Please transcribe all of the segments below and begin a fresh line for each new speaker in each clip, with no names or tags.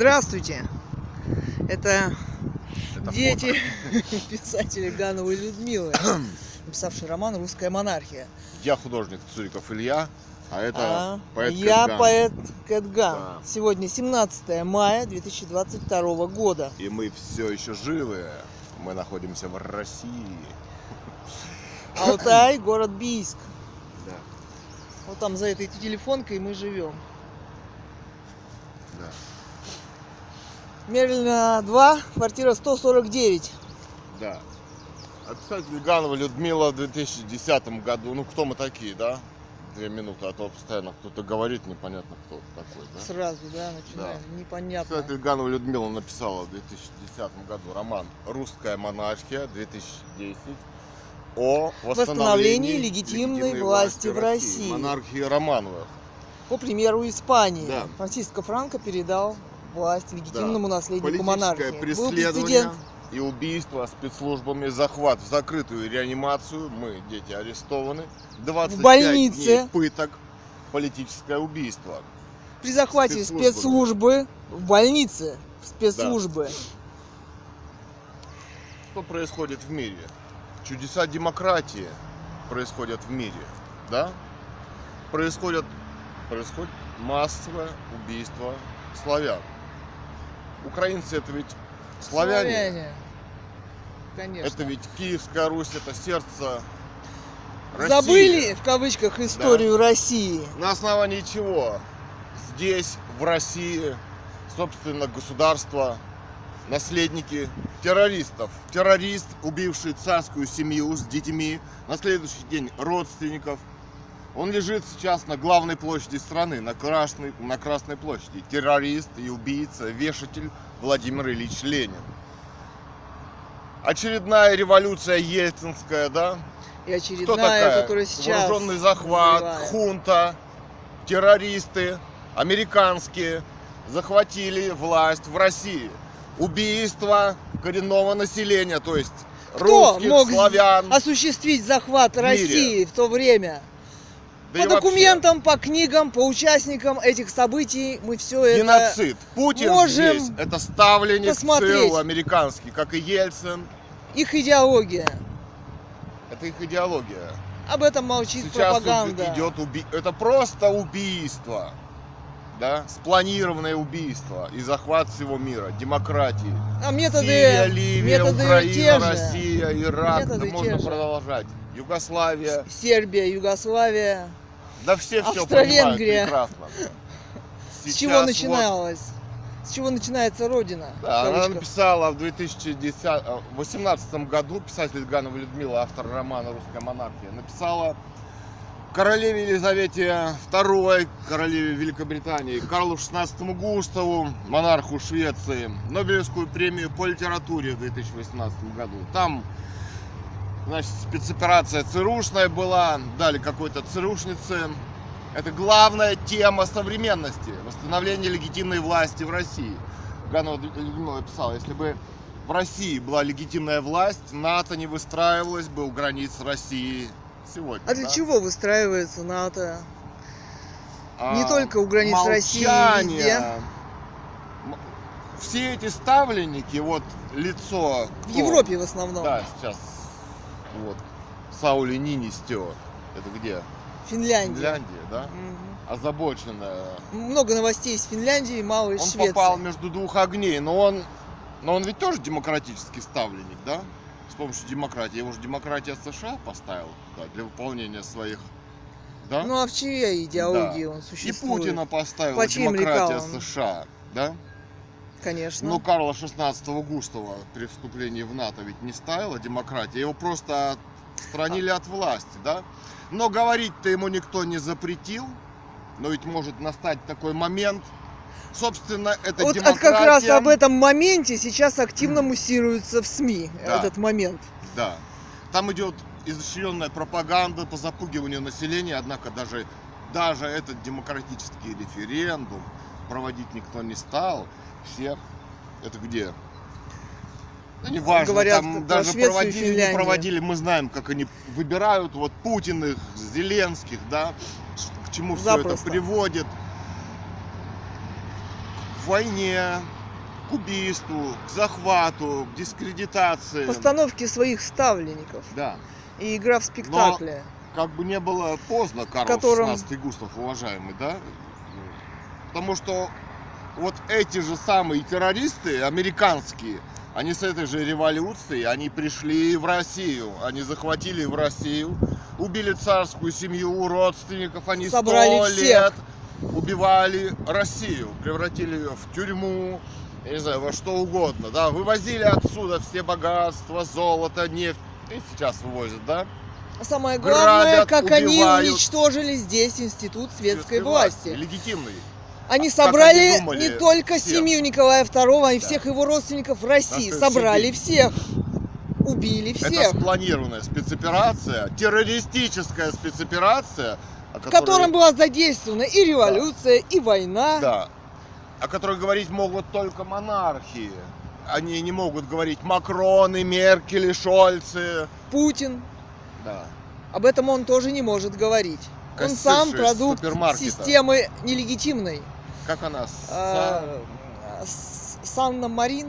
Здравствуйте. Это
Это
дети писателя Гановой Людмилы, написавший роман «Русская монархия».
фото. Я художник Цуриков Илья, а это
А
поэт
я
Кэтган.
поэт Кэтган.
Да.
Сегодня 17 мая 2022 года.
И мы все еще живы. Мы находимся в России.
Алтай, город Бийск.
Да,
Вот там за этой телефонкой мы живем.
да.
Мерлина 2, квартира 149.
Да. А, кстати, Ганова Людмила в 2010 году. Ну, кто мы такие, да? Две минуты, а то постоянно кто-то говорит, непонятно, кто это такой, да?
Сразу, да, начинаем. Непонятно.
Кстати, Ганова Людмила написала в 2010 году роман «Русская монархия» 2010 о
Восстановлении
восстановлении
легитимной власти в России.
Монархии Романовых.
По примеру Испании,
Да.
Франциско Франко передал власть легитимному наследнику
Политическое
монархии. Был
преследование
прецедент.
и убийство спецслужбами, захват в закрытую реанимацию. Мы, дети, арестованы. 25
В больнице.
дней пыток. Политическое убийство.
При захвате
спецслужбами.
спецслужбы в больнице в спецслужбы.
Что происходит в мире? Чудеса демократии происходят в мире, да? Происходят, происходит массовое убийство славян. Украинцы это ведь славяне.
Конечно.
Это ведь Киевская Русь, это сердце России.
Забыли в кавычках историю России.
На основании чего здесь, в России, собственно, государство, наследники террористов. Террорист, убивший царскую семью с детьми, на следующий день родственников. Он лежит сейчас на главной площади страны, на Красной, на Красной площади. Террорист и убийца, вешатель Владимир Ильич Ленин. Очередная революция ельцинская, да?
И очередная,
Кто такая?
которая сейчас.
Вооруженный захват,
назревает.
хунта, террористы, американские захватили власть в России. Убийство коренного населения, то есть
Кто
русских,
мог А
славян.
Осуществить захват
мире.
России в то время.
да и
по
вообще.
документам, по книгам, по участникам этих событий мы все это.
Геноцид. Путин
можем
здесь это ставленник
посмотреть.
ЦРУ американский, как и Ельцин.
Их идеология.
Это их идеология.
Об этом молчит
Сейчас уби-
пропаганда.
идет уби... Это просто убийство. Да? Спланированное убийство и захват всего мира, демократии.
А методы,
Сирия, Ливия,
методы
Украина,
те же.
Россия, Ирак,
Методы
да
те
можно
же.
продолжать. Югославия,
С- Сербия, Югославия.
да все все понимают
Австро-Венгрия.
прекрасно.
С чего
вот-
начиналось? С чего начинается Родина? в
Да, она
кавычках?
написала в 2018 году, писатель Ганова Людмила, автор романа «Русская монархия», написала королеве Елизавете II, королеве Великобритании, Карлу XVI Густаву, монарху Швеции, Нобелевскую премию по литературе в 2018 году. Там Значит, спецоперация ЦРУшная была, дали какой-то ЦРУшнице. Это главная тема современности – восстановление легитимной власти в России. Ганова Людмила писала, если бы в России была легитимная власть, НАТО не выстраивалось бы у границ России сегодня.
А для
да?
чего выстраивается НАТО? Не
А,
только у границ России,
молчание.
везде.
М- Все эти ставленники, вот лицо...
В
кто?
Европе в основном.
Да, сейчас. Вот. Саули Нинистё. Это где?
Финляндия.
Финляндия, да?
Мгм.
Озабоченная.
Много новостей из Финляндии, мало
Он
из Швеции.
попал между двух огней, но он, но он ведь тоже демократический ставленник, да? С помощью демократии. Его же демократия США поставила туда для выполнения своих, да?
Ну а в чьей идеологии он
И
существует?
Путина поставила
По чьим
демократия
лекалам?
США, да?
Конечно.
Ну, Карла 16 Густава при вступлении в НАТО ведь не ставила демократия. Его просто отстранили от власти, да? Но говорить-то ему никто не запретил. Но ведь может настать такой момент. Собственно, это
вот от
демократия.
как раз об этом моменте сейчас активно муссируется в СМИ
Да.
этот момент.
Да. Там идет изощренная пропаганда по запугиванию населения, однако даже, даже этот демократический референдум проводить никто не стал. Все, это где? Ну, неважно,
Говорят,
там
про
даже
Швецию и
проводили, не
Финляндию.
проводили, мы знаем, как они выбирают, вот Путин их, Зеленских, да, ш- к чему все это
Запросто.
приводит. войне, к убийству, к захвату, к дискредитации.
Постановки своих ставленников
Да.
и игра в спектакле.
Как бы не было поздно, Карл
котором-
16 Густав, уважаемый, да? Потому что вот эти же самые террористы, американские, они с этой же революцией, они пришли в Россию, они захватили в Россию, убили царскую семью, родственников, они
Собрали
сто
всех.
лет убивали Россию, превратили ее в тюрьму, я не знаю, во что угодно, да, вывозили отсюда все богатства, золото, нефть, и сейчас вывозят, да?
А Самое главное,
грабят,
как
убивают.
они уничтожили здесь институт светской власти.
Легитимный.
Они
Как они
собрали
думали,
не только
всех.
семью Николая II, а и
Да.
всех его родственников в России.
Нас это
Собрали всех. Убили всех.
Это спланированная спецоперация, террористическая спецоперация, о
В
которой,
котором была задействована и революция, и война.
да, о которой говорить могут только монархии. Они не могут говорить Макроны, Меркели, Шольцы.
Путин.
Да.
Об этом он тоже не может говорить. Он
Кассирша
сам
из
продукт
супермаркета.
системы нелегитимной.
Как она? Са-
А, с- Санна Марин,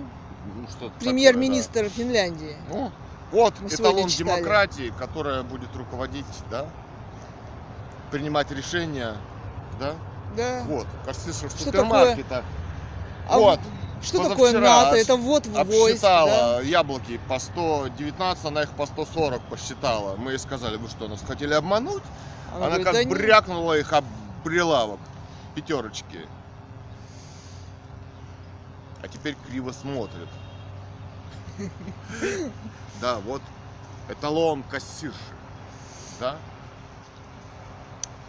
ну, что-то такое, да.
премьер-министр Финляндии.
Ну, вот
Мы сегодня
эталон
читали.
демократии, которая будет руководить, да, принимать решения, да.
Да.
Вот, кассирша
Что
супермаркета
А
вот,
Что такое
позавчера
НАТО? Это вот в войск. да.
обсчитала яблоки по 119, она их по 140 посчитала. Мы ей сказали, вы что, нас хотели обмануть? Она,
говорит,
как
«Да не».
брякнула их об прилавок, пятерочки. А теперь криво смотрит. Да, вот эталон кассирши. Да?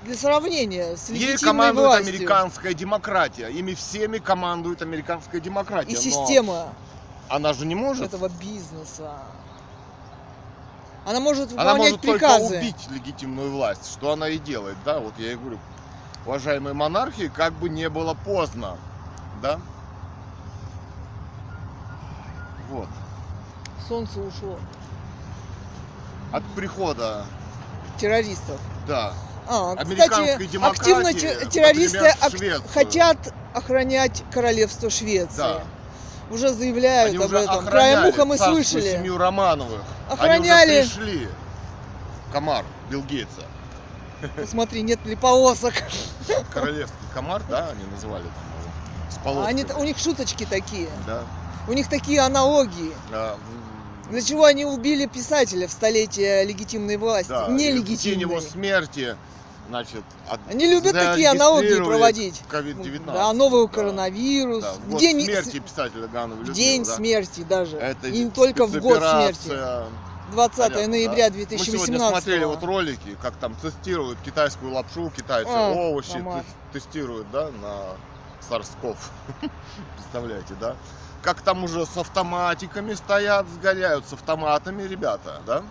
Для сравнения с
Ей
легитимной
командует
властью
американская демократия. Ими всеми командует американская демократия.
и
но
система
Она же не может.
этого бизнеса. Она может выполнять
Она может
приказы.
только убить легитимную власть, что она и делает, да, вот я и говорю, уважаемые монархии, как бы не было поздно, да? Вот,
Солнце ушло.
от прихода,
Террористов.
да,
А,
Американской
кстати,
демократии,
активно те- террористы
например, в
ак-
Швецию.
хотят охранять королевство Швеции.
Да.
Уже заявляют
они
об
уже
этом. Краем
охраняли
уха мы
царскую
слышали.
семью Романовых,
Охраняли.
они уже пришли, комар Билл Гейтса,
Посмотри, нет ли полосок.
королевский комар, да, они называли там его, с
Они,
полосками.
у них шуточки такие.
да,
У них такие аналогии.
а, м,
Для чего они убили писателя в столетие легитимной власти?
Да, и в день
Нелегитимной.
его смерти, значит, от-
Они любят такие аналогии
зарегистрировали
проводить.
COVID-19.
Да, новый
Да,
коронавирус.
да, в
в
год
день
смерти писателя Ганова
в
Людмила,
день
да.
смерти даже.
Это
И не только в год смерти.
спецоперация.
20
Понятно,
ноября
да. Мы
2018
сегодня смотрели вот ролики, как там тестируют китайскую лапшу, китайцы
А,
овощи
комар.
те- тестируют, да, на сарсков. Представляете, да? Как там уже с автоматиками стоят, сгоряют с автоматами ребята, да?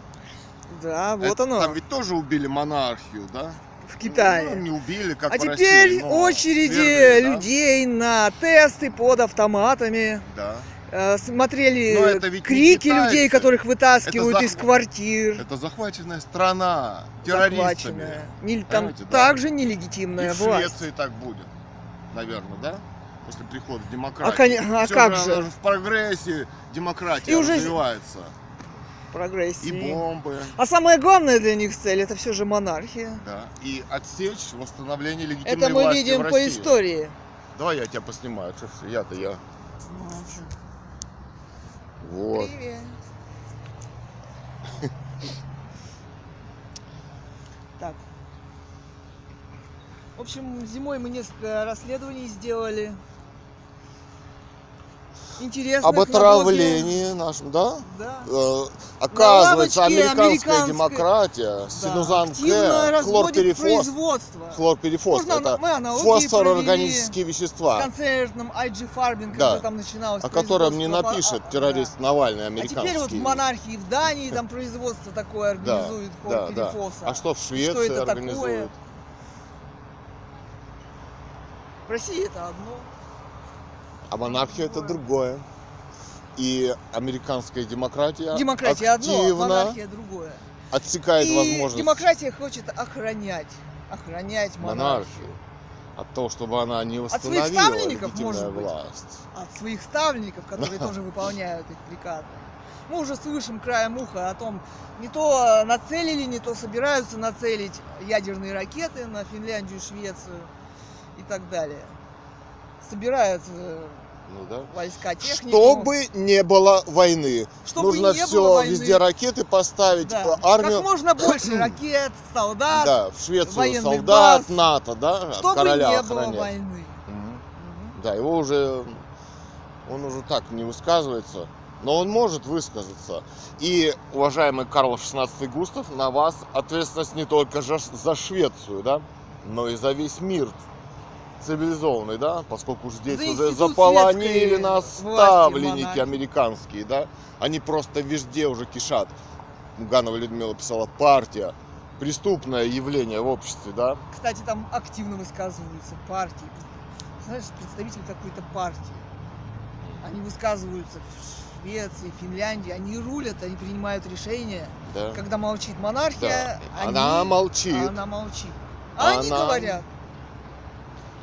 Да, вот
Это-
оно,
Там ведь тоже убили монархию, да?
в
Ну,
Китае.
не убили, как
а
в
теперь
России, но
очереди
свергли, да,
людей на тесты под автоматами.
Да.
Э, Смотрели
Но это ведь не
крики
китайцы.
людей, которых вытаскивают
Это
из
захват.
квартир.
Это захваченная страна террористами.
захваченная. Не- Там
Понимаете, да.
также
И
нелегитимная
в
власть.
Швеции так будет, наверное, да? После прихода
А,
демократии.
кон- а
Всё
как
же она
же
В прогрессе демократия
И уже-
развивается. И
прогрессии?
бомбы,
А самое главное для них цель это все же монархия.
да. И отсечь восстановление легитимной
Это мы
власти
видим
в
по
России.
истории.
Давай я тебя поснимаю. чё ж, Я-то я. Вот.
Привет. Так. В общем, зимой мы несколько расследований сделали. Интересно.
Об отравлении нашем, да?
Да.
Э, Оказывается,
лавочке
американская
американской-
демократия, синузан
Активно
Х,
разводит
хлорперифос,
производство.
хлорперифос,
Можно ана-
это
мы аналогии
фосфор
провели
органические вещества,
концертном IG Farming,
Да.
когда там начиналось
о котором не
производство по-
напишет
а,
террорист Навальный
да. А теперь вот в
американский.
монархии в Дании там производство такое
Да,
организует
да,
да,
да. А что в Швеции
это такое?
организуют?
В России это одно.
А монархия это другое. И американская демократия,
Демократия одно, а
активно
монархия другое.
отсекает
И
возможность
демократия хочет охранять. Охранять монархию.
монархию. от того, чтобы она не
своих
восстановила
ставленников,
легитимная
может быть?
власть.
от своих ставленников, которые тоже выполняют их приказы. Мы уже слышим краем уха о том, не то нацелили, не то собираются нацелить ядерные ракеты на Финляндию, Швецию и так далее. Собирают э,
Ну да.
войска технику.
Чтобы не было войны.
чтобы
Нужно
не
все
было войны.
везде ракеты поставить,
Да.
а армию.
Как можно больше ракет, солдат,
Да, в Швецию
военных
солдат
баз.
НАТО, да,
чтобы
короля
не было
охранять.
войны.
Мгм.
Мгм.
Да, его уже, он уже так не высказывается, но он может высказаться. И, уважаемый Карл XVI Густав, на вас ответственность не только же за Швецию, да, но и за весь мир цивилизованный, да, поскольку уж здесь
За
уже
институт
заполонили
светской
нас
власти,
ставленники
монархии.
американские, да, они просто везде уже кишат. Ганова Людмила писала, партия, преступное явление в обществе, да,
Кстати, там активно высказываются партии. Знаешь, представитель какой-то партии. Они высказываются в Швеции, Финляндии, они рулят, они принимают решения.
да.
Когда молчит монархия,
Да.
они-
Она молчит.
она молчит. А они
Она
говорят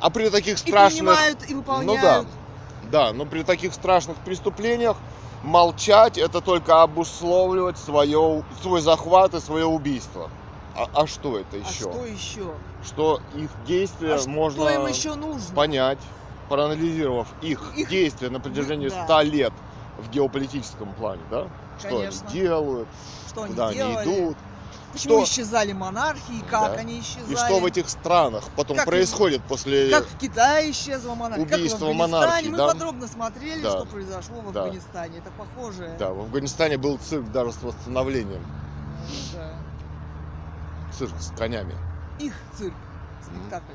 А при таких
и
страшных
принимают, и
Ну да,
выполняют.
да, но при таких страшных преступлениях молчать это только обусловливать свое, свой захват и свое убийство. А, а что
А
это еще?
что еще?
Что их действия
А что
Э, можно
им еще нужно?
понять, проанализировав их,
Их-
действия на протяжении
да.
100 лет в геополитическом плане, да? Что
Конечно.
они делают,
Что они
куда они
делали?
идут,
Почему
Что-
исчезали монархии? Как
Да.
они исчезали?
и что в этих странах потом
Как им-
происходит после
Как в Китае исчезла монархия,
Э, Убийство
как в Афганистане.
монархии,
Мы
да?
подробно смотрели,
Да.
что произошло в
Да.
Афганистане. Это похожее.
Да, в Афганистане был цирк даже с восстановлением.
Ну, да.
Цирк с конями.
Их цирк, спектакль.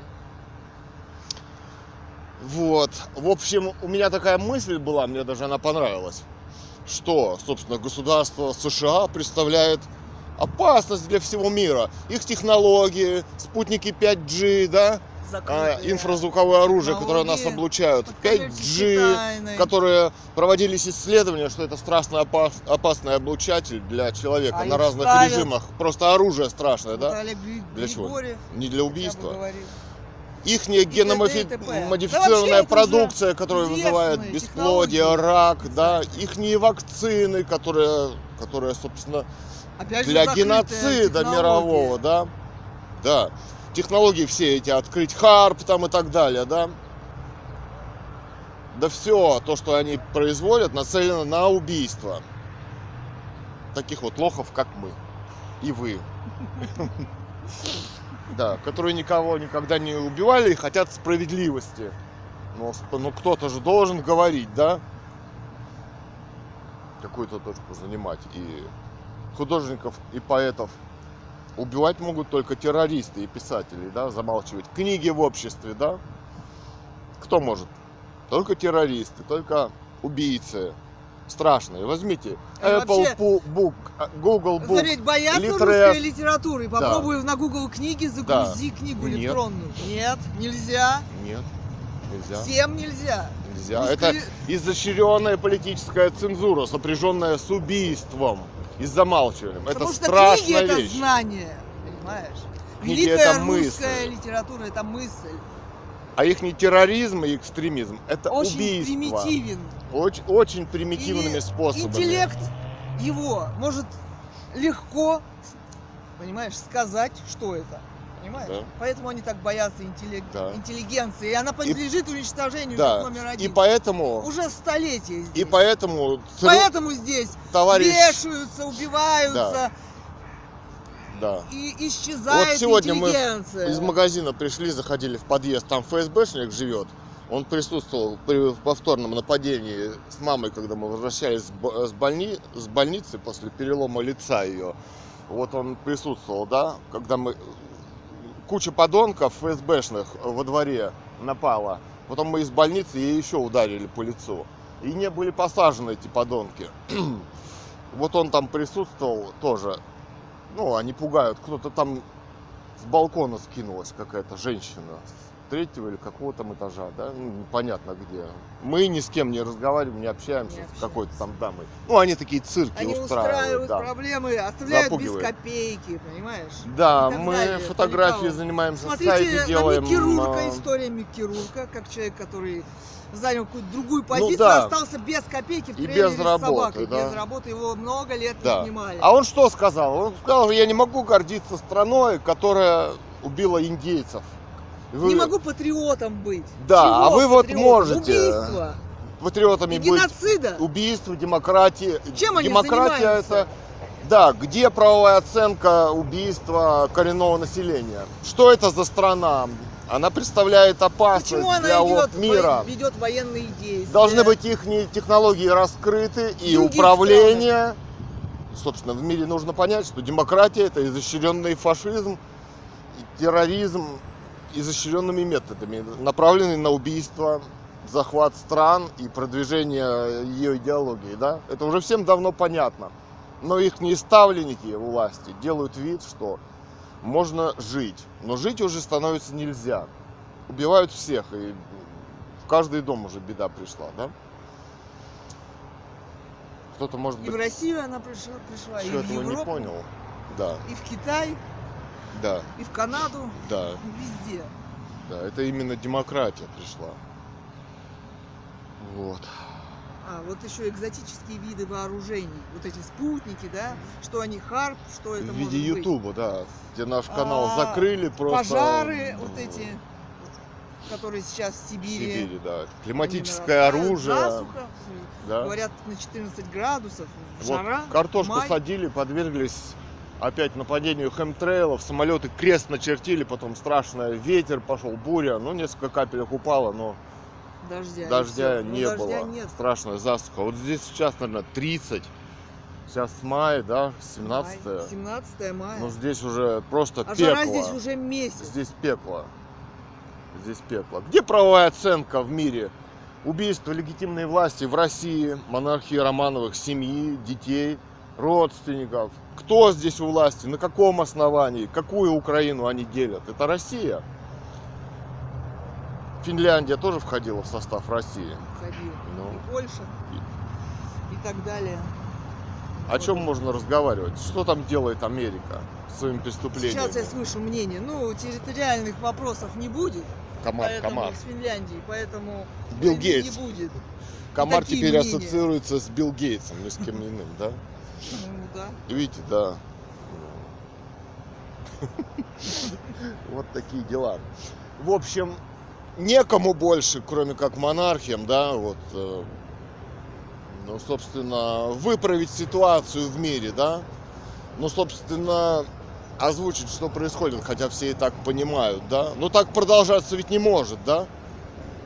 Вот. В общем, у меня такая мысль была, мне даже она понравилась, что, собственно, государство США представляет опасность для всего мира. Их технологии, спутники 5G, да, а,
Закрытые.
инфразвуковое оружие, которое нас
Технологии,
облучают,
Подковерческие
5G,
тайны.
которые проводились исследования, что это страшно опас- опасный облучатель для человека
А
на
их
разных
ставят. Ну
режимах. Просто оружие страшное,
Вот
да?
Олег Гри-
Для чего?
Григорьев хотя
Не для
бы
убийства.
говорил.
Их
т.д. и т.п. Да вообще
геномодифицированная
это
продукция, которая
известные
вызывает бесплодие,
технологии.
рак, да, их вакцины, которые, которые, собственно,
Опять же,
для
закрытая
геноцида
технология.
мирового, да, да, технологии все эти, открыть харп там и так далее, да, да все то, что они производят, нацелено на убийство таких вот лохов, как мы и вы. Да, которые никого никогда не убивали и хотят справедливости. Но, сп- ну, кто-то же должен говорить, да? Какую-то точку занимать. И художников, и поэтов убивать могут только террористы и писатели, да, замалчивать. Книги в обществе, да? Кто может? Только террористы, только убийцы. Страшные. Возьмите
А
Apple
вообще-
Pu- Book, а, Google Book.
Смотреть, боятся
Литрес.
русской литературы. Попробуй на Google книги загрузи книгу
Нет.
электронную. Нет, нельзя.
Нет, нельзя.
Всем нельзя.
Нельзя.
Русская
Это
ли-
изощренная политическая цензура, сопряженная с убийством и с замалчиванием.
Потому
это
что книги
страшная
это
вещь.
знание, понимаешь?
Книги
Великая
это
русская
мысль.
литература это мысль.
А их не терроризм и экстремизм, это
Очень
убийство.
примитивен.
Оч- очень примитивными
И
способами.
Интеллект его может легко, понимаешь, сказать, что это. Понимаешь?
Да.
Поэтому они так боятся интеллект,
Да.
интеллигенции. И она подлежит уничтожению
Да.
как номер
И
один.
поэтому,
Уже столетия здесь.
и поэтому, циру-
Поэтому здесь
товарищ,
вешаются, убиваются
да.
и исчезает
Вот сегодня мы
интеллигенция.
Из магазина пришли, заходили в подъезд, там ФСБшник живет. Он присутствовал при повторном нападении с мамой, когда мы возвращались с бо- с, больни- с больницы после перелома лица ее. Вот он присутствовал, да, когда мы... Куча подонков ФСБшных во дворе напала. Потом мы из больницы ей еще ударили по лицу. И не были посажены эти подонки. вот он там присутствовал тоже. Ну, они пугают. Кто-то там с балкона скинулась какая-то женщина третьего или какого там этажа, да, ну, непонятно где. Мы ни с кем не разговариваем, не общаемся
Не
с
общаемся.
какой-то там дамой. Ну, они такие цирки
Они
устраивают,
устраивают
да.
проблемы, оставляют без
Запугивают.
копейки, понимаешь?
Да,
и так
мы
далее. Это
фотографии
никого.
занимаемся,
Смотрите,
сайты
на
делаем.
Микирурка,
а,
история Микирурка, как человек, который занял какую-то другую позицию,
Ну да.
остался без копейки в
И
трейлере
без
с
работы,
собакой,
да.
без работы, его много лет
Да.
не снимали.
А он что сказал? Он сказал, я не могу гордиться страной, которая убила индейцев. И вы
Не могу патриотом быть.
Да,
Чего
а вы вот
патриот?
можете
Убийство,
патриотами
и
быть.
геноцида.
Убийство, демократии.
Чем они
Демократия
занимаются?
это... Да, где правовая оценка убийства коренного населения? Что это за страна? Она представляет опасность
Почему она
для вот
идет,
мира.
ведет военные действия?
Должны быть их технологии раскрыты и
Других
управление. Собственно, в мире нужно понять, что демократия это изощренный фашизм и терроризм изощренными методами, направленный на убийство, захват стран и продвижение ее идеологии. Да? Это уже всем давно понятно. Но их не ставленники у власти делают вид, что можно жить. Но жить уже становится нельзя. Убивают всех, и в каждый дом уже беда пришла, да? Кто-то, может
И
быть,
в Россию она пришла, пришла и
еще
в
этого
Европу,
не понял. Да,
и в Китай,
да,
и в Канаду,
да,
везде.
да. Это именно демократия пришла. Вот.
А, вот еще экзотические виды вооружений. Вот эти спутники, да? Что они, харп, что это
в виде
может быть?
Ютуба, да, где наш канал
А,
закрыли просто.
Пожары
м,
вот эти, которые сейчас в
В
Сибири.
Сибири, да.
они
Климатическое
нарастают,
оружие.
засуха,
Да.
говорят, на 14 градусов,
Вот,
жара,
картошку
май.
садили, подверглись опять нападению хэмтрейлов, самолеты крест начертили, потом страшно, ветер пошел, буря, ну, несколько капелек упало, но
дождя, и
дождя
всё. Ну,
не
дождя
было,
нет.
страшная засуха. Вот здесь сейчас, наверное, 30, сейчас май, да, 17
Май. 17 мая.
но здесь уже просто
а
пекло,
жара здесь уже месяц.
здесь пекло, здесь пекло. Где правовая оценка в мире? Убийство легитимной власти в России, монархии Романовых, семьи, детей, родственников. Кто здесь у власти, на каком основании, какую Украину они делят? Это Россия. Финляндия тоже входила в состав России.
ходил.
Ну,
И Польша, и так далее.
о чем можно разговаривать? Что там делает Америка своим преступлением?
Сейчас я слышу мнение. Ну, территориальных вопросов не будет.
Комар,
поэтому
комар.
с Финляндией, поэтому
Билл
войны
Гейтс.
не будет.
Комар
такие
теперь
мнения.
ассоциируется с Билл Гейтсом, ни с кем иным, да?
Ну да.
Видите, да. Вот такие дела. В общем, некому больше, кроме как монархиям, да, вот, э, ну, собственно, выправить ситуацию в мире, да, ну, собственно, озвучить, что происходит, хотя все и так понимают, да, но так продолжаться ведь не может, да.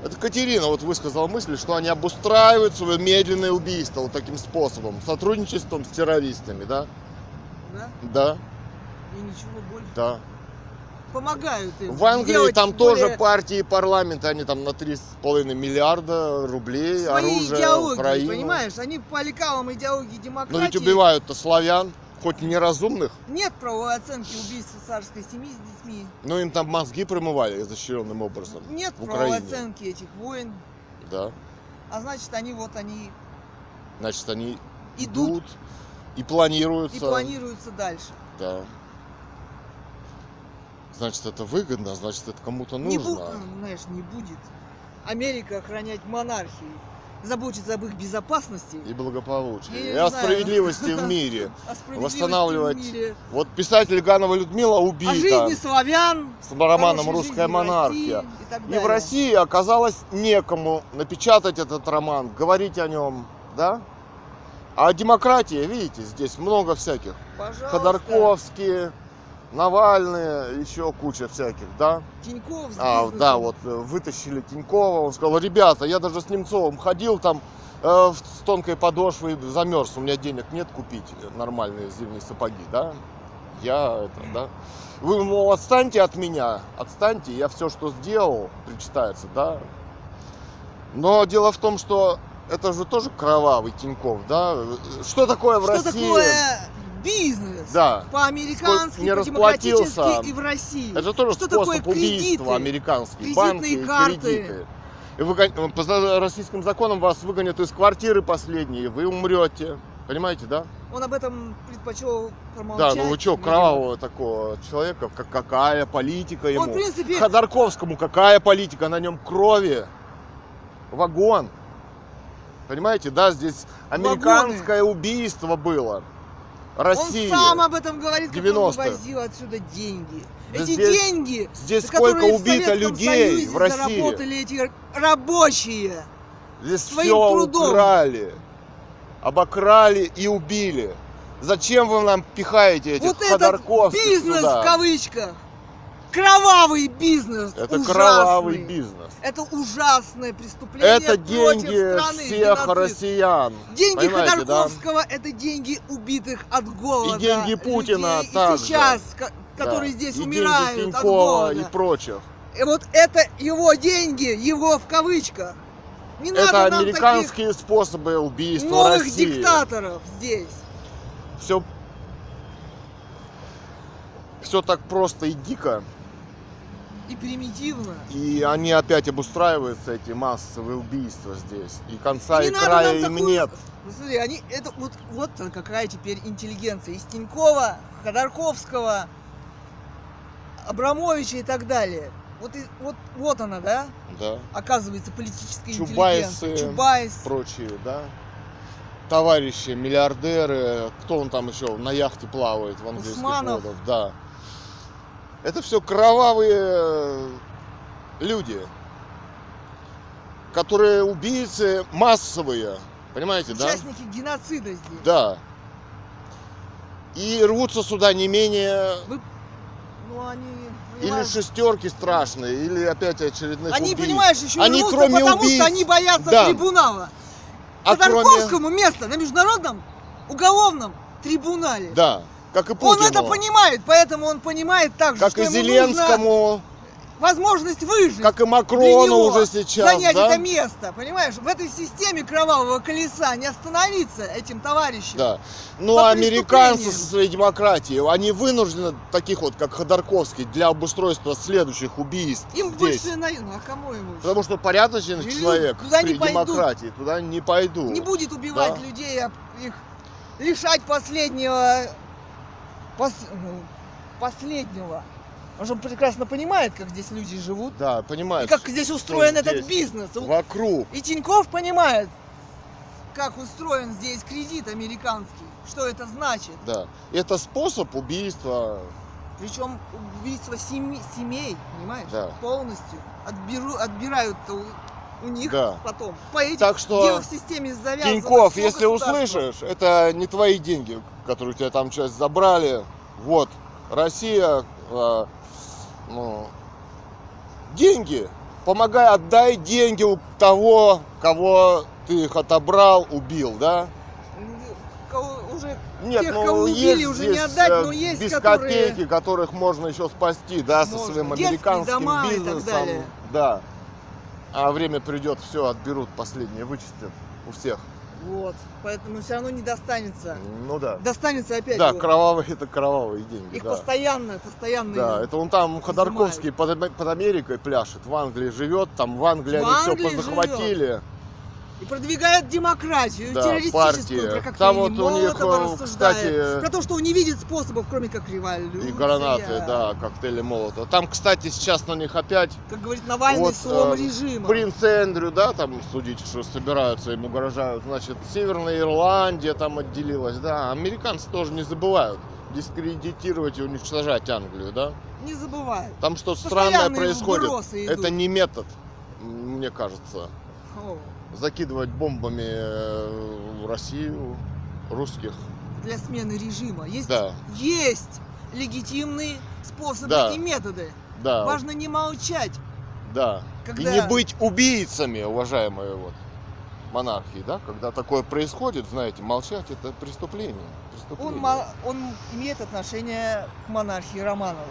Это Катерина вот высказала мысль, что они обустраивают свое медленное убийство вот таким способом, сотрудничеством с террористами, да.
Да,
Да,
и ничего больше.
да.
Помогают им.
В Англии
делать
там
более
тоже партии и парламенты, они там на 3,5 миллиарда рублей,
свои
оружие,
идеологии,
Украину.
понимаешь? Они по лекалам идеологии
Но
демократии.
ведь убивают-то славян, хоть и неразумных,
Нет правовой оценки убийства царской семьи с детьми.
но им там мозги промывали изощренным образом.
Нет
в
правовой
Украине.
оценки этих войн.
Да.
А значит, они вот они
Значит, они
идут
идут и планируются.
и планируются дальше.
Да. Значит, это выгодно, значит, это кому-то
Не бу-
нужно.
э, знаешь, не будет Америка охранять монархии, заботиться об их безопасности,
И благополучие.
Я не
и о
знаю.
справедливости в мире.
о справедливости
восстанавливать
в мире,
Вот писатель Ганова Людмила убита.
о жизни славян,
с романом
хорошей
«Русская
жизни в России
монархия».
и, так
И
далее.
в России оказалось некому напечатать этот роман, говорить о нем, да? А демократия, видите, здесь много всяких.
Пожалуйста.
Ходорковские, Навальные, еще куча всяких, да?
Тиньков с
А,
бизнесом.
да, вот э, вытащили Тинькова, он сказал, ребята, я даже с Немцовым ходил там э, в- с тонкой подошвой, замерз, у меня денег нет купить нормальные зимние сапоги, да? Я это, да? Вы, мол, отстаньте от меня, отстаньте, я все, что сделал, причитается, да? Но дело в том, что это же тоже кровавый Тиньков, да? Что такое в
Что
России?
такое бизнес.
Да.
По-американски,
Сколько не расплатился.
по-демократически и в России.
Это тоже
Что такое
способ убийства
кредиты?
американских.
Кредитные
Банки, и
карты.
кредиты. И выгон- По за- российским законам вас выгонят из квартиры последние, вы умрете. Понимаете, да?
Он об этом предпочел
да,
промолчать.
ну вы что,
видимо.
кровавого такого человека, как- какая политика ему?
Он, в принципе,
Ходорковскому какая политика? На нем крови. Вагон. Понимаете, да, здесь американское убийство было. Россия.
он сам об этом говорит, как он
90-х.
вывозил отсюда деньги.
Да
Эти
здесь-
деньги,
Здесь
за
сколько
которые в
убито
Советском
людей
Союзе
в России.
заработали эти рабочие.
Здесь
своим
все
трудом.
украли. Обокрали и убили. Зачем вы нам пихаете этих
вот этот
Ходорковских
бизнес
сюда?
в кавычках. Кровавый бизнес.
Это
ужасный.
кровавый бизнес.
Это ужасное преступление
Это
против
деньги
страны,
всех
геноцид.
россиян.
Деньги
Понимаете,
Ходорковского это деньги убитых от голода.
И деньги Путина
людей, и
также.
сейчас, ко- которые
Да.
здесь
и деньги
умирают от
Тинькова и
голода.
прочих.
И вот это его деньги, его в кавычках. Не
Это
надо нам таких
американские способы убийства
новых
России.
диктаторов здесь.
Все, все так просто и дико.
И примитивно.
И они опять обустраиваются, эти массовые убийства здесь. И конца,
И
и
не надо
края
нам
им
такую-
нет.
Ну, смотри, они, это вот, вот она какая теперь интеллигенция. Из Тинькова, Ходорковского, Абрамовича и так далее. Вот, и- вот, вот она, да,
Да.
оказывается, политическая
Чубайсы,
интеллигенция. Чубайс.
Прочие, да. Товарищи, миллиардеры, кто он там еще на яхте плавает в английских
Усманов.
водах, да. Это все кровавые люди, которые убийцы массовые, понимаете, да?
Участники геноцида здесь.
Да. И рвутся сюда не менее
Ну, они,
или
понимаешь,
шестерки страшные, или опять очередных
они,
убийц.
понимаешь, еще
Они,
и рвутся,
кроме
потому
убийц,
что они боятся
да.
трибунала.
А кроме-
Ходорковскому место на международном уголовном трибунале.
Да, как и
Он
Путину.
это понимает, поэтому он понимает также,
Как
что
и
ему нужна
Зеленскому,
возможность выжить,
как и
для
Макрону
него
уже сейчас,
занять
да?
это место, понимаешь? В этой системе кровавого колеса не остановиться этим товарищем.
Да. Ну,
По
а американцы
преступлениям.
со своей демократией, они вынуждены, таких вот, как Ходорковский, для обустройства следующих убийств
Им
здесь.
больше на... Ну, а кому ему?
Потому что порядочных
Или
человек
туда не
при
пойдут.
демократии туда не пойду.
Не будет убивать
Да.
людей, а их лишать последнего... пос- ну, последнего. Он же прекрасно понимает, как здесь люди живут.
Да,
И
понимаешь.
как здесь устроен этот
здесь?
бизнес. У-
Вокруг.
И Тиньков понимает, как устроен здесь кредит американский, что это значит.
Да. Это способ убийства.
Причем убийство семи- семей, понимаешь,
Да.
полностью отберу, отбирают-то у, у них
Да.
потом. По этим,
Так
дело
что,
в системе завязано.
Тиньков,
всё
если
государство.
услышишь, это не твои деньги, которые у тебя там часть забрали. Вот, Россия, э, ну, деньги. Помогай, отдай деньги у того, кого ты их отобрал, убил, да?
Ну, Кого- Уже
Нет,
Тех,
ну
кого
есть
убили, уже не
здесь,
отдать,
э,
но есть,
без
которые-
копейки, которых можно еще спасти, да, со
Можно.
своим
Детские
американским
дома и так
бизнесом.
далее.
Да. А время придет, все отберут последнее, вычистят у всех.
вот, поэтому все равно не достанется.
Ну да.
Достанется опять.
Да,
вот.
кровавые это кровавые деньги.
Их
да.
постоянно, постоянно.
Да, это он там Ходорковский под, Ам- под Америкой пляшет, в Англии живет, там в Англии
В
они все
Англии
позахватили.
И продвигают демократию,
Да,
террористическую,
партии.
про как
Там
Леонид
вот у них,
Молотова
э,
рассуждает,
кстати,
про то, что он не видит способов, кроме как революция.
И гранаты, да, коктейли молота. Там, кстати, сейчас на них опять
Как говорит Навальный,
Вот,
слом
э,
режима.
принц Эндрю, да, там судить, что собираются, ему угрожают. Значит, Северная Ирландия там отделилась, да. Американцы тоже не забывают дискредитировать и уничтожать Англию, да.
Не забывай.
Там что-то странное
Постоянные
происходит.
вбросы идут.
Это не метод, м, мне кажется.
О,
закидывать бомбами э, в Россию русских.
Для смены режима. Есть,
Да,
есть легитимные способы
Да.
и методы.
да,
Важно не молчать,
да.
когда...
И не быть убийцами, уважаемые вот монархии, да? Когда такое происходит, знаете, молчать это преступление. преступление.
Он, мо- он имеет отношение к монархии Романовой.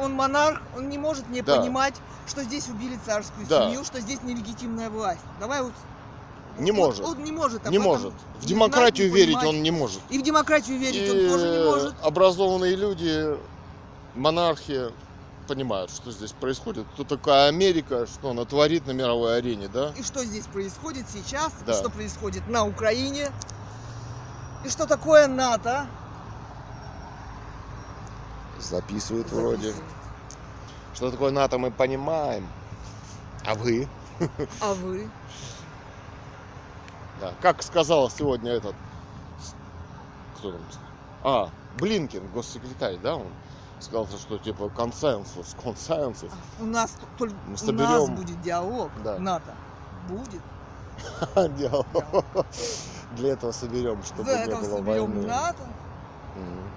Он монарх, он не может не
Да.
понимать, что здесь убили царскую
Да.
семью, что здесь нелегитимная власть. Давай вот, вот
Не
Вот
может.
Он не может. об
Не
этом
может. В
не
демократию
знать, не
верить
понимать.
он не может.
И в демократию верить он тоже не может.
образованные люди, монархи понимают, что здесь происходит. Кто такая Америка, что она творит на мировой арене, да?
И что здесь происходит сейчас,
Да.
что происходит на Украине, и что такое НАТО.
Записывают вроде.
Записывайте.
Что такое НАТО, мы понимаем. А вы?
А вы?
Да. Как сказал сегодня этот... с- Кто там? А, Блинкин, госсекретарь, да, он сказал, что типа консенсус, консенсус.
У нас только
Мы
у нас
соберем
будет диалог.
Да.
НАТО. Будет.
дело. Для этого соберем, чтобы
За
не
это
было
соберем
войны.
НАТО.
Мгм.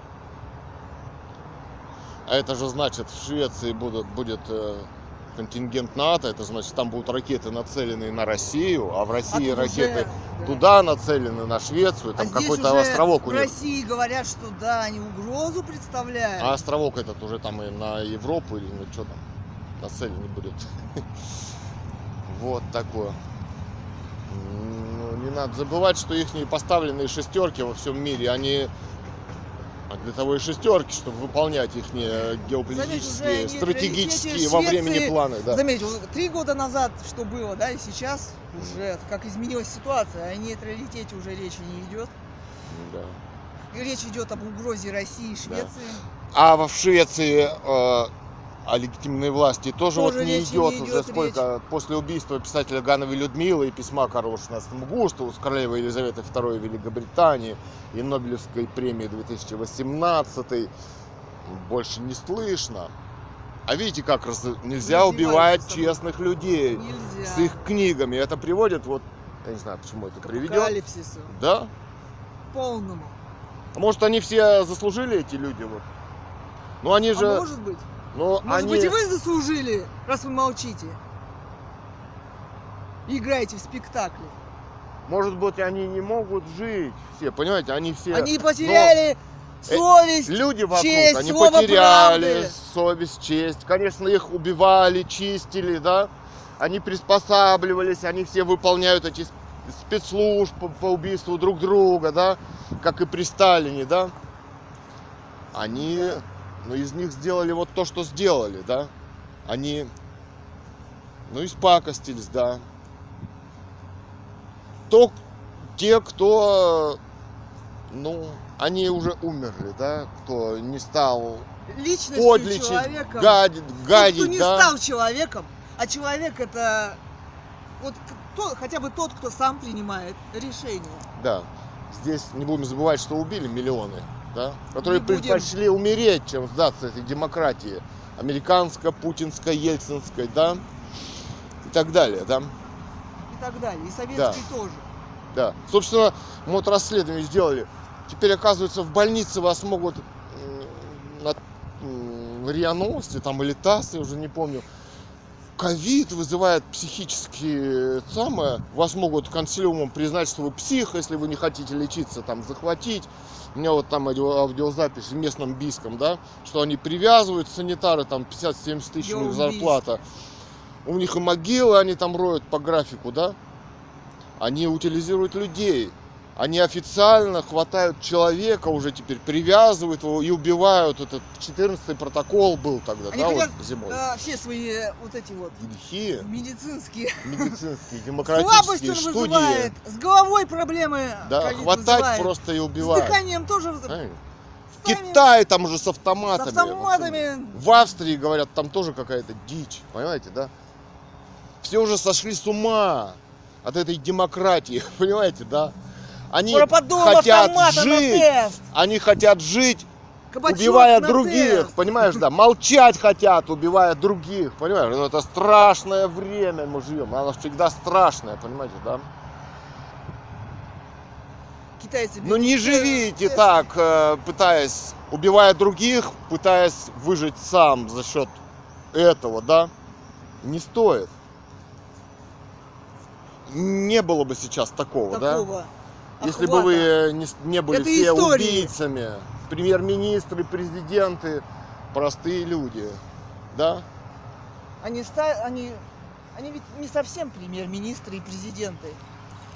А это же значит, в Швеции будут, будет э, контингент НАТО, это значит, там будут ракеты, нацеленные на Россию, а в
А
России
тут
ракеты
уже, да.
туда нацелены, на Швецию, там
а здесь
какой-то
уже
островок
в
у них.
России говорят, что да, они угрозу представляют.
А островок этот уже там и на Европу, или ну что там, нацелен будет. Вот такое. М, Ну, не надо забывать, что их поставленные шестерки во всем мире, они а для того и шестерки, чтобы выполнять их
Заметь, уже
геополитические,
они
стратегические
приоритеты
во
Швеции
времени планы. Да.
Заметил, три года назад что было, да, и сейчас уже как изменилась ситуация, о нейтралитете уже речи не идет.
Да.
И речь идет об угрозе России и Швеции.
А во- в Швеции э, о легитимной власти тоже,
Тоже
вот не
речи
идет,
не
уже
идет,
сколько после убийства писателя Гановой Людмилы и письма королю 16 Густаву с королевой Елизаветы II Великобритании и Нобелевской премии 2018 больше не слышно. А видите, как раз нельзя
Издеваются
убивать
над собой.
честных людей
Нельзя.
с их книгами. Это приводит вот, я не знаю, почему это
К
приведет.
апокалипсису
Да?
полному.
А Может, они все заслужили эти люди вот? Ну они же,
А может быть?
ну
Может
они.
быть и вы заслужили, раз вы молчите. И Играете в спектакли.
Может быть, они не могут жить все, понимаете, они все...
Они
э,
потеряли совесть.
Люди вокруг,
честь,
они
слово
потеряли
правды.
совесть, честь. Конечно, их убивали, чистили, да. Они приспосабливались, они все выполняют эти сп- спецслужб по, по убийству друг друга, да, как и при Сталине, да. Они, ну, из них сделали вот то, что сделали, да. Они, ну, испакостились, да. То, те, кто, э, ну, они уже умерли, да, кто не стал
Личностью
подлечить,
человека.
гадит,
Тот, кто
гадить,
не
да.
стал человеком, а человек это вот кто, хотя бы тот, кто сам принимает решение.
Да. Здесь не будем забывать, что убили миллионы, да, которые
Не будем.
предпочли умереть, чем сдаться этой демократии. Американской, путинской, ельцинской, да, и так далее, да.
и так далее. И советский тоже.
Да. Собственно, мы вот расследование сделали. Теперь, оказывается, в больнице вас могут м, на м, РИА Новости, там, или ТАСС, я уже не помню. Ковид вызывает психические э, самое. Вас могут консилиумом признать, что вы псих, если вы не хотите лечиться, там, захватить. У меня вот там аудио- аудиозапись в местном бийском, да, что они привязывают санитары, там, 50-70 тысяч у
Я
них
убийца.
зарплата. У них и могилы, они там роют по графику, да. Они утилизируют людей. Они официально хватают человека уже теперь, привязывают его и убивают. Этот 14-й протокол был тогда,
Они
да, вот
привяз-
зимой.
Да, все свои вот эти вот
Грехи
медицинские
медицинские,
слабости
демократические
он
студии.
вызывает, с головой проблемы
Да,
ковид
хватать
вызывает,
просто Э, и
с
убивать.
дыханием тоже вз-
Знаете, В
сами-
Китае там уже с
с
автоматами.
автоматами.
В Австрии, говорят, там тоже какая-то дичь, понимаете, да? Все уже сошли с ума от этой демократии, понимаете, да? Они
Пропадом
хотят
автомата на
жить,
тест.
Они хотят жить,
кабачок
убивая
на
других,
тест.
понимаешь, да? Молчать хотят, убивая других, понимаешь? Ну, это страшное время мы живем, оно всегда страшное, понимаете, да?
Китайцы
Ну не живите
тесты.
так, э, пытаясь, убивая других, пытаясь выжить сам за счет этого, да? Не стоит. Не было бы сейчас такого, да?
такого
Если бы
охвата.
вы э, не, с- не были
Это
все
истории.
убийцами, премьер-министры, президенты, простые люди, да?
Они, ста- они, они ведь не совсем премьер-министры и президенты.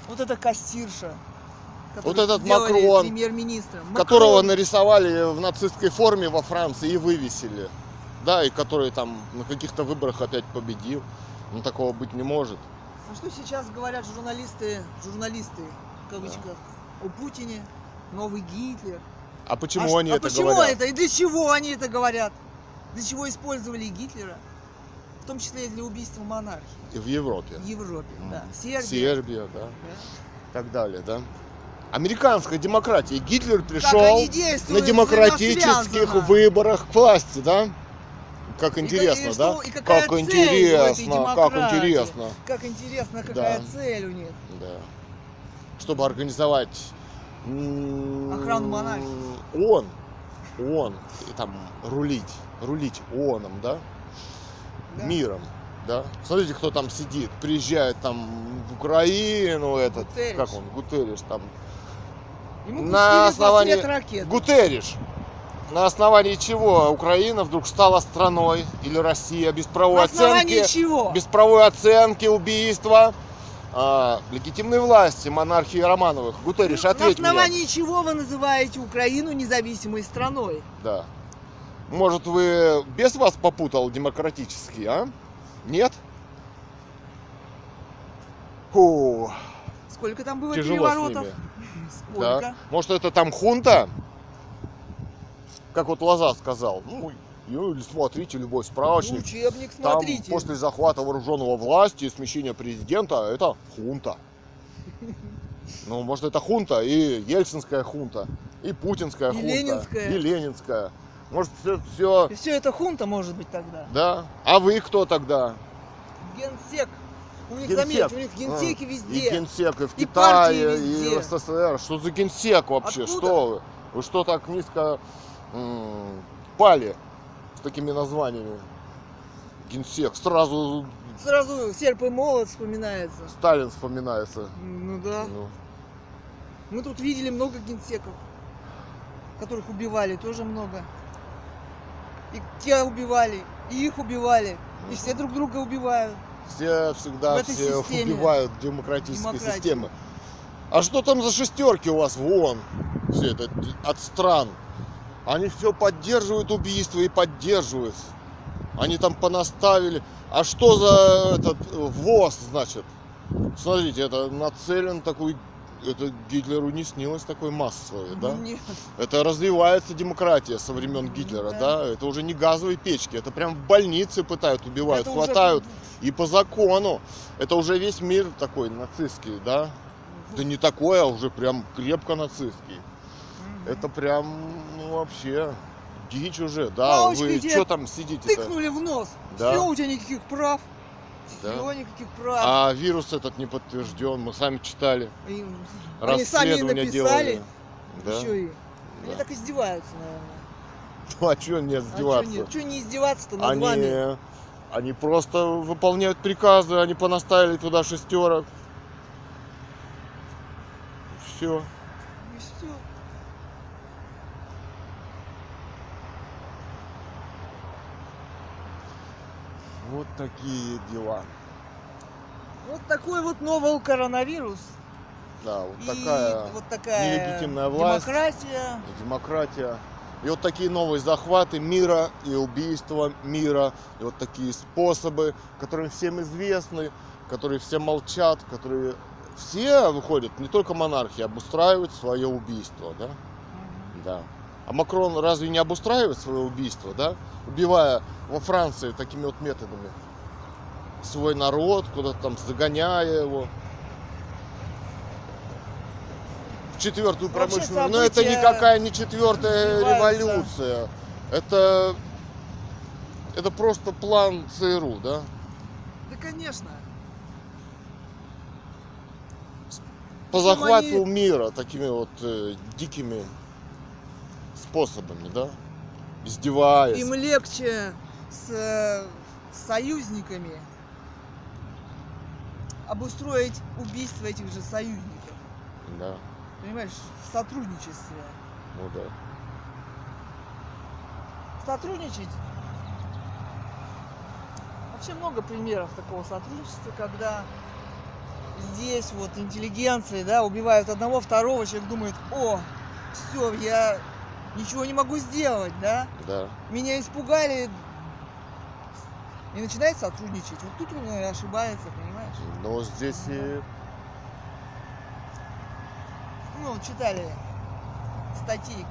Вот эта кассирша. которую
Вот этот
сделали
Макрон,
Премьер-министром.
которого
Макрон.
нарисовали в нацистской форме во Франции и вывесили. Да, и который там на каких-то выборах опять победил. Ну, такого быть не может.
А что сейчас говорят журналисты, журналисты, в кавычках, о Путине, новый Гитлер?
А
а
почему
ш-
они
а
это
почему
говорят?
это? И для чего они это говорят? Для чего использовали Гитлера? В том числе и для убийства монархии
И в Европе.
в Европе,
Мгм.
да. Сербия.
Сербия, да.
да.
И так далее, да. Американская демократия. Гитлер
Как
пришел
они действуют,
на демократических
взаимосвязано.
выборах к власти, да? Как интересно,
и
да?
что- и какая
как
цель у этой
интересно, как
демократии?
интересно.
Как интересно, какая
Да.
цель у них.
Да. Чтобы организовать м,
Охрану монархии.
ООН. ООН. И там рулить. Рулить ООНом, да?
да.
Миром. Да? Смотрите, кто там сидит. Приезжает там в Украину этот.
Гутерриш.
Как он? Гутерриш там.
Ему
На
пустили 20
основании
лет ракет.
Гутерриш. На основании чего Украина вдруг стала страной или Россия без
На
правовой
основании
оценки?
чего?
Без правовой оценки убийства а, легитимной власти монархии Романовых. Гутерриш,
На
ответь мне.
основании чего вы называете Украину независимой страной?
Да. Может, вы без вас попутал демократический, а? Нет? Фу,
Сколько там было
тяжело с
переворотов?
ними.
Сколько?
Да. Может, это там хунта? Как вот Лоза сказал. Ну, и- и смотрите, любой
Ну,
справочник.
учебник,
Там
Ну, смотрите.
после захвата вооруженного власти и смещения президента это хунта. Ну, может, это хунта и ельцинская хунта, и путинская
И
хунта,
ленинская.
и ленинская. Может, все,
И все это хунта может быть тогда.
Да. А вы кто тогда?
Генсек. У них,
Генсек. А.
заметьте, у них генсеки везде.
И генсек, и в
И
Китае,
партии
и
везде.
в СССР. Что за генсек вообще?
Откуда?
Что вы? Вы что так низко м, пали с такими названиями? Генсек. Сразу
Сразу серп и молот вспоминается.
Сталин вспоминается.
Ну да.
Ну,
Мы тут видели много генсеков, которых убивали тоже много. И те убивали, и их убивали, и все друг друга убивают.
Все
В
всегда
этой
все
системе.
убивают демократические
Демократию.
системы. А что там за шестерки у вас в ООН? Все это д- от стран. Они все поддерживают убийство и поддерживают. Они там понаставили. А что за этот э, ВОЗ, значит? Смотрите, это нацелен такой... Это Гитлеру не снилось такой массовой, да?
Ну, нет.
Это развивается демократия со времен
Ну,
Гитлера,
да.
да? Это уже не газовые печки, это прям в больнице пытают, убивают,
Это уже
хватают. И по закону. Это уже весь мир такой нацистский, да?
как-
Да не такой, а уже прям крепко нацистский.
Мгм.
Это прям, ну вообще, дичь уже, да?
Палочкой
Вы
тебе
что там сидите-то?
Тыкнули в нос.
Да.
Все, у тебя никаких прав.
Да.
Все, никаких прав.
А вирус этот не подтвержден, мы сами читали.
И- Они сами и
Расследование делали.
написали.
Да?
Еще и. Они
да.
так издеваются, наверное.
Ну, а чего не издеваться?
А что не издеваться-то над вами?
Они, они просто выполняют приказы, они понаставили туда шестерок. Все.
И всё.
Вот такие дела.
Вот такой вот новый коронавирус.
Да, вот
И
такая
вот такая
нелегитимная власть.
демократия.
демократия. И вот такие новые захваты мира и убийства мира. И вот такие способы, которые всем известны, которые все молчат, которые все выходят, не только монархи, обустраивают свое убийство. Да? Да. А Макрон разве не обустраивает свое убийство, да? Убивая во Франции такими вот методами свой народ, куда-то там загоняя его. В четвертую
Вообще
промышленную. Но это
события
никакая не четвертая
развиваются.
революция. Это, это просто план ЦРУ, да?
Да, конечно.
По
Причем
захвату
они-
мира такими вот э, дикими способами, да? Издеваясь.
Им легче с э, союзниками обустроить убийство этих же союзников.
Да,
Понимаешь, в сотрудничестве.
ну да.
Сотрудничать. Вообще много примеров такого сотрудничества, когда здесь вот интеллигенции, да, убивают одного, второго, человек думает, о, все, я ничего не могу сделать, да,
Да.
меня испугали, и начинает сотрудничать. Вот тут он и ошибается, понимаешь?
Но здесь и...
Ну, читали статейку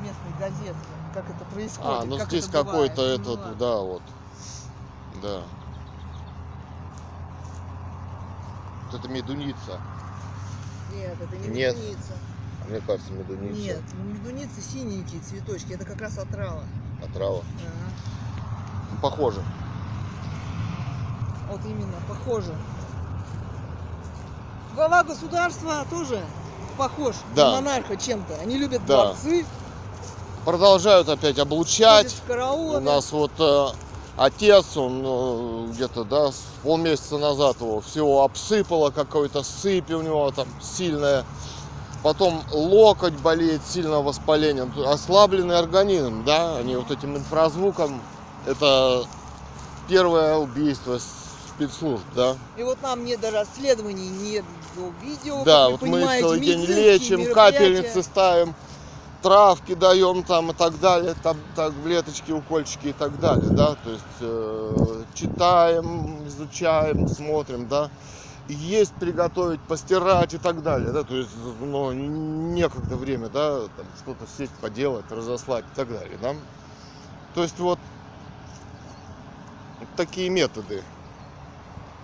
местной газеты, как это происходит.
А, ну
как
здесь
это бывает.
какой-то
Ну,
этот,
ладно.
да, вот. Да. Вот это медуница.
Нет, это не
Нет.
медуница.
Мне кажется, медуница.
Нет, ну, медуницы синенькие цветочки, это как раз отрава.
Отрава.
Ага.
Ну, Похоже.
Вот именно, похоже. Глава государства тоже похож
Да.
на монарха чем-то. Они любят
Да.
дворцы,
Продолжают опять
ходят
облучать.
в
У
караулы.
нас вот э, отец, он э, где-то, да, с полмесяца назад его всего обсыпало, какой-то сыпь у него там сильная. Потом локоть болеет, сильное воспаление. Ну, Ослабленный организм, да, они вот этим инфразвуком, это первое убийство спецслужб, да.
И вот нам не до расследований, не до видео. как
да,
вы
вот мы их
понимаете,
целый день
медицинские
лечим,
мероприятия.
капельницы ставим, травки даем там и так далее, там таблеточки, укольчики и так далее, да, то есть э, читаем, изучаем, смотрим, да, И есть приготовить, постирать и так далее, да, то есть, ну, некогда время, да, там что-то в сеть поделать, разослать и так далее, да, то есть вот такие методы.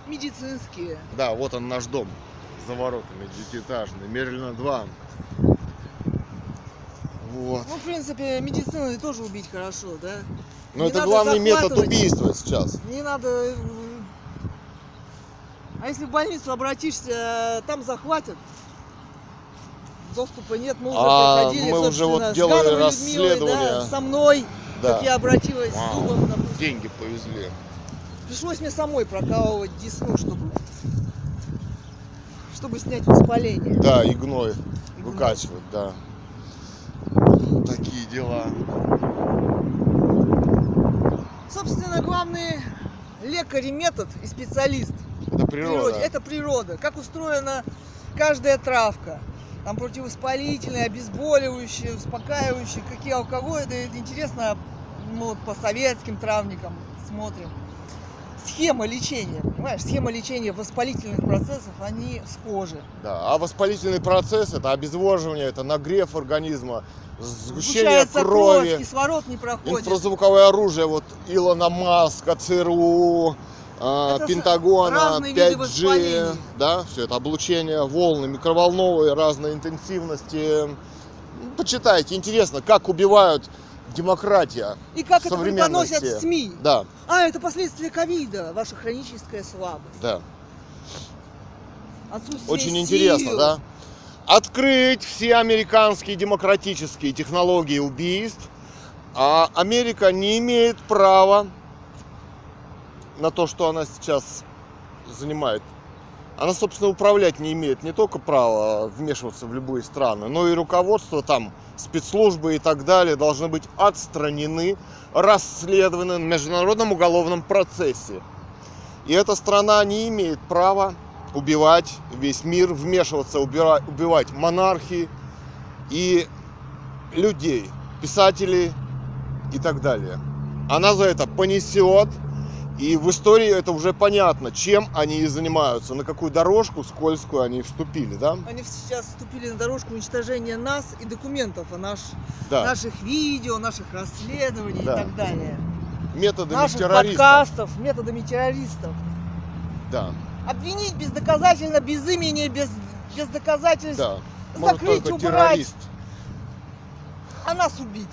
Медицинские.
Да, вот он наш дом за воротами, девятиэтажный, Мерлина 2. Вот.
Ну, в принципе, медициной тоже убить хорошо, да? не
Но Ну, это
надо
главный метод
захватывать.
убийства сейчас.
Не надо... э, А если в больницу обратишься, э, там захватят. Доступа нет, мы уже
А,
проходили,
мы уже вот
собственно, с
делали
Гановой Людмилой, да,
расследование.
со мной,
Да.
как я обратилась с
Вау.
зубом, допустим.
Деньги повезли.
Пришлось мне самой прокалывать десну, чтобы, чтобы снять воспаление.
Да, и гной
И
выкачивать, да. Такие дела.
Собственно, главный лекарь и метод и специалист
Это
в природе.
природа.
Это природа. Как устроена каждая травка. Там противовоспалительные, обезболивающие, успокаивающие, какие алкоголи. Да интересно, ну, вот по советским травникам смотрим. Схема лечения, понимаешь, схема лечения воспалительных процессов, они с кожи.
Да. А воспалительный процесс, это обезвоживание, это нагрев организма, сгущение
Сгущается кровь,
крови.
кислород не проходит.
Инфразвуковое оружие, вот Илона Маска, ЦРУ, э,
Это с-
Пентагона,
разные виды
5G,
воспалений.
да, все это облучение, волны, микроволновые, разной интенсивности. Ну, Почитайте, интересно, как убивают демократия,
И как это
современности.
преподносят в СМИ.
да,
А, это последствия ковида, ваша хроническая слабость.
да,
Отсутствие
очень интересно,
сил.
да. Открыть все американские демократические технологии убийств, а Америка не имеет права на то, что она сейчас занимает. Она, собственно, управлять не имеет не только права вмешиваться в любые страны, но и руководство там, спецслужбы и так далее должны быть отстранены, расследованы на международном уголовном процессе. И эта страна не имеет права убивать весь мир, вмешиваться, убира- убивать монархии и людей, писателей и так далее. Она за это понесет, и в истории это уже понятно, чем они и занимаются, на какую дорожку скользкую они вступили, да?
Они сейчас вступили на дорожку уничтожения нас и документов о наш-
Да.
наших видео, наших расследований
Да.
и так далее.
Методами
наших
террористов.
подкастов, методами террористов.
Да,
Обвинить бездоказательно, без имени, без, без доказательств,
да. Может
закрыть,
только
убрать,
террорист.
а нас убить.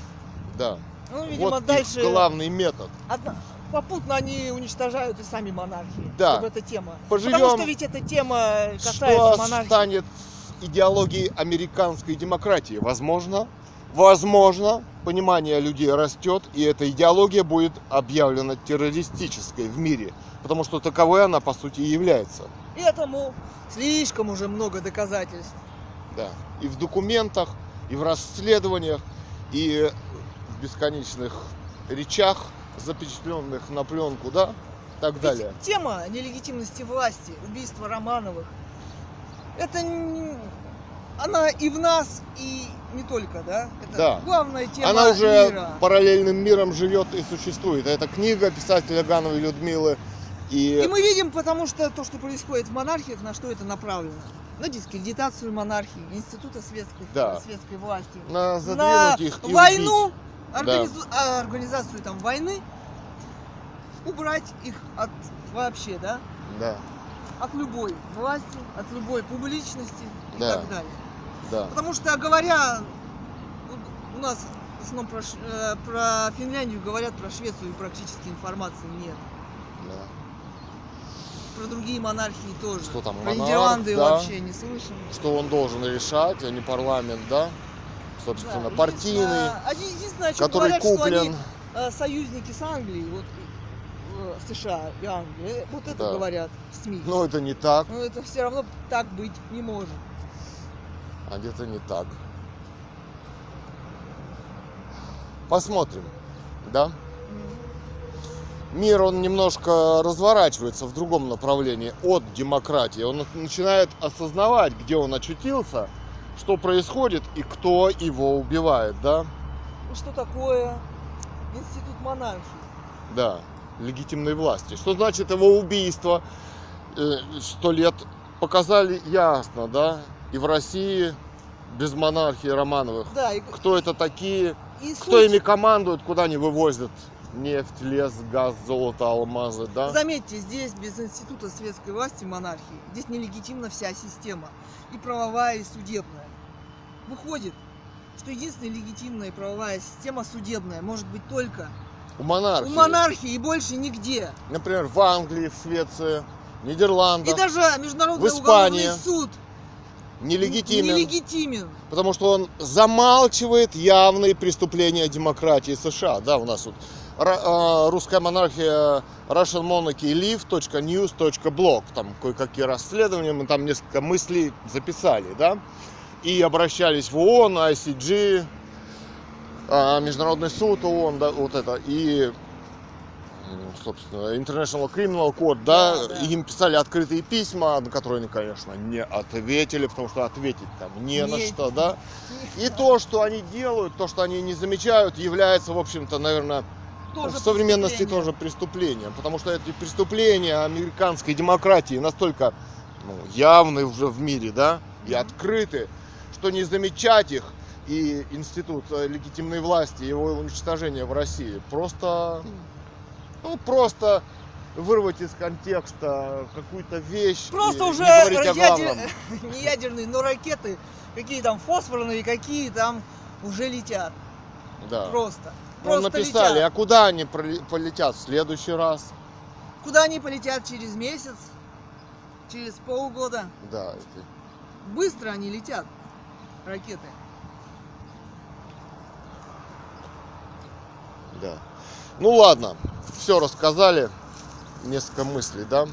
Да.
Ну, видимо,
вот их
дальше
главный метод.
одна- попутно они уничтожают и сами монархии,
Да.
чтобы эта тема. Потому что
Поживем,
ведь эта тема э, касается
что
монархии.
станет с идеологией американской демократии. Возможно, возможно, понимание людей растет, и эта идеология будет объявлена террористической в мире, потому что таковой она, по сути, и является.
И Этому слишком уже много доказательств.
Да. И в документах, и в расследованиях, и в бесконечных речах, запечатленных на пленку, да? так
Ведь
далее.
тема нелегитимности власти, убийства Романовых, это н- она и в нас, и не только, да? Это
Да.
главная тема
Она уже
мира.
параллельным миром живет и существует. Это книга писателя Гановой Людмилы. И,
И мы видим, потому что то, что происходит в монархиях, на что это направлено? На дискредитацию монархии, института светской,
Да.
светской власти.
на
на
задвинуть их и
войну,
убить.
организу- а, организацию там войны, убрать их от вообще, да?
Да,
От любой власти, от любой публичности и
Да.
так далее.
да.
Потому что говоря, у- у нас в основном про, Ш- э, про Финляндию говорят, про Швецию практически информации нет.
да.
Про другие монархии тоже.
Что там,
про
монарх,
Нидерланды
да?
вообще не слышим.
Что он должен решать, а не парламент, да? Собственно,
Да,
партийный,
единственное- Они единственное, о чем
который
говорят, что они
куплен.
э, союзники с Англией, вот э, США и Англия, э, вот это
Да. Ну.
говорят в СМИ.
Но это не так,
Но это все равно так быть не может.
а где-то не так. Посмотрим, да? мир, он немножко разворачивается в другом направлении от демократии. Он начинает осознавать, где он очутился, что происходит и кто его убивает, да?
Ну, Что такое институт монархии?
Да, легитимной власти. Что значит его убийство? э, Сто лет показали ясно, да? И в России без монархии Романовых.
Да, и,
Кто это такие?
и
Кто
суть-
ими командует? Куда они вывозят? Нефть, лес, газ, золото, алмазы, да?
Заметьте, здесь без института светской власти монархии, здесь нелегитимна вся система, и правовая, и судебная. Выходит, что единственная легитимная правовая система судебная может быть только
У монархии.
у монархии и больше нигде.
например, в Англии, в Швеции, Нидерландах,
И даже Международный
В Испании.
уголовный суд
нелегитимен,
нелегитимен.
потому что он замалчивает явные преступления демократии США. Да, у нас тут ра- э, русская монархия Russian Monarchy live.news.blog, там кое-какие расследования, мы там несколько мыслей записали, да, и обращались в ООН, ICG, э, Международный суд ООН, да, вот это, и м, собственно, International Criminal Court, да,
Да, да.
им писали открытые письма, на которые они, конечно, не ответили, потому что ответить там не на
Не-
что, да. И то, что они делают, то, что они не замечают, является, в общем-то, наверное, в современности
преступление.
тоже преступлением. Потому что эти преступления американской демократии настолько ну, явны уже в мире, да, и
Мгм.
открыты, что не замечать их и институт э, легитимной власти, его уничтожение в России просто, ну, просто вырвать из контекста какую-то вещь
Просто
и
уже
не говорить о
ядер-
главном.
не ядерные, но ракеты, какие там фосфорные, какие там уже летят.
Да.
Просто.
Ну,
Просто
написали,
летят.
а куда они проле- полетят в следующий раз? а?
Куда они полетят через месяц, через полгода?
Да, это-
Быстро они летят, ракеты.
да. Ну ладно, все рассказали, несколько мыслей, да?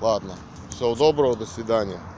Ладно, всего доброго, до свидания.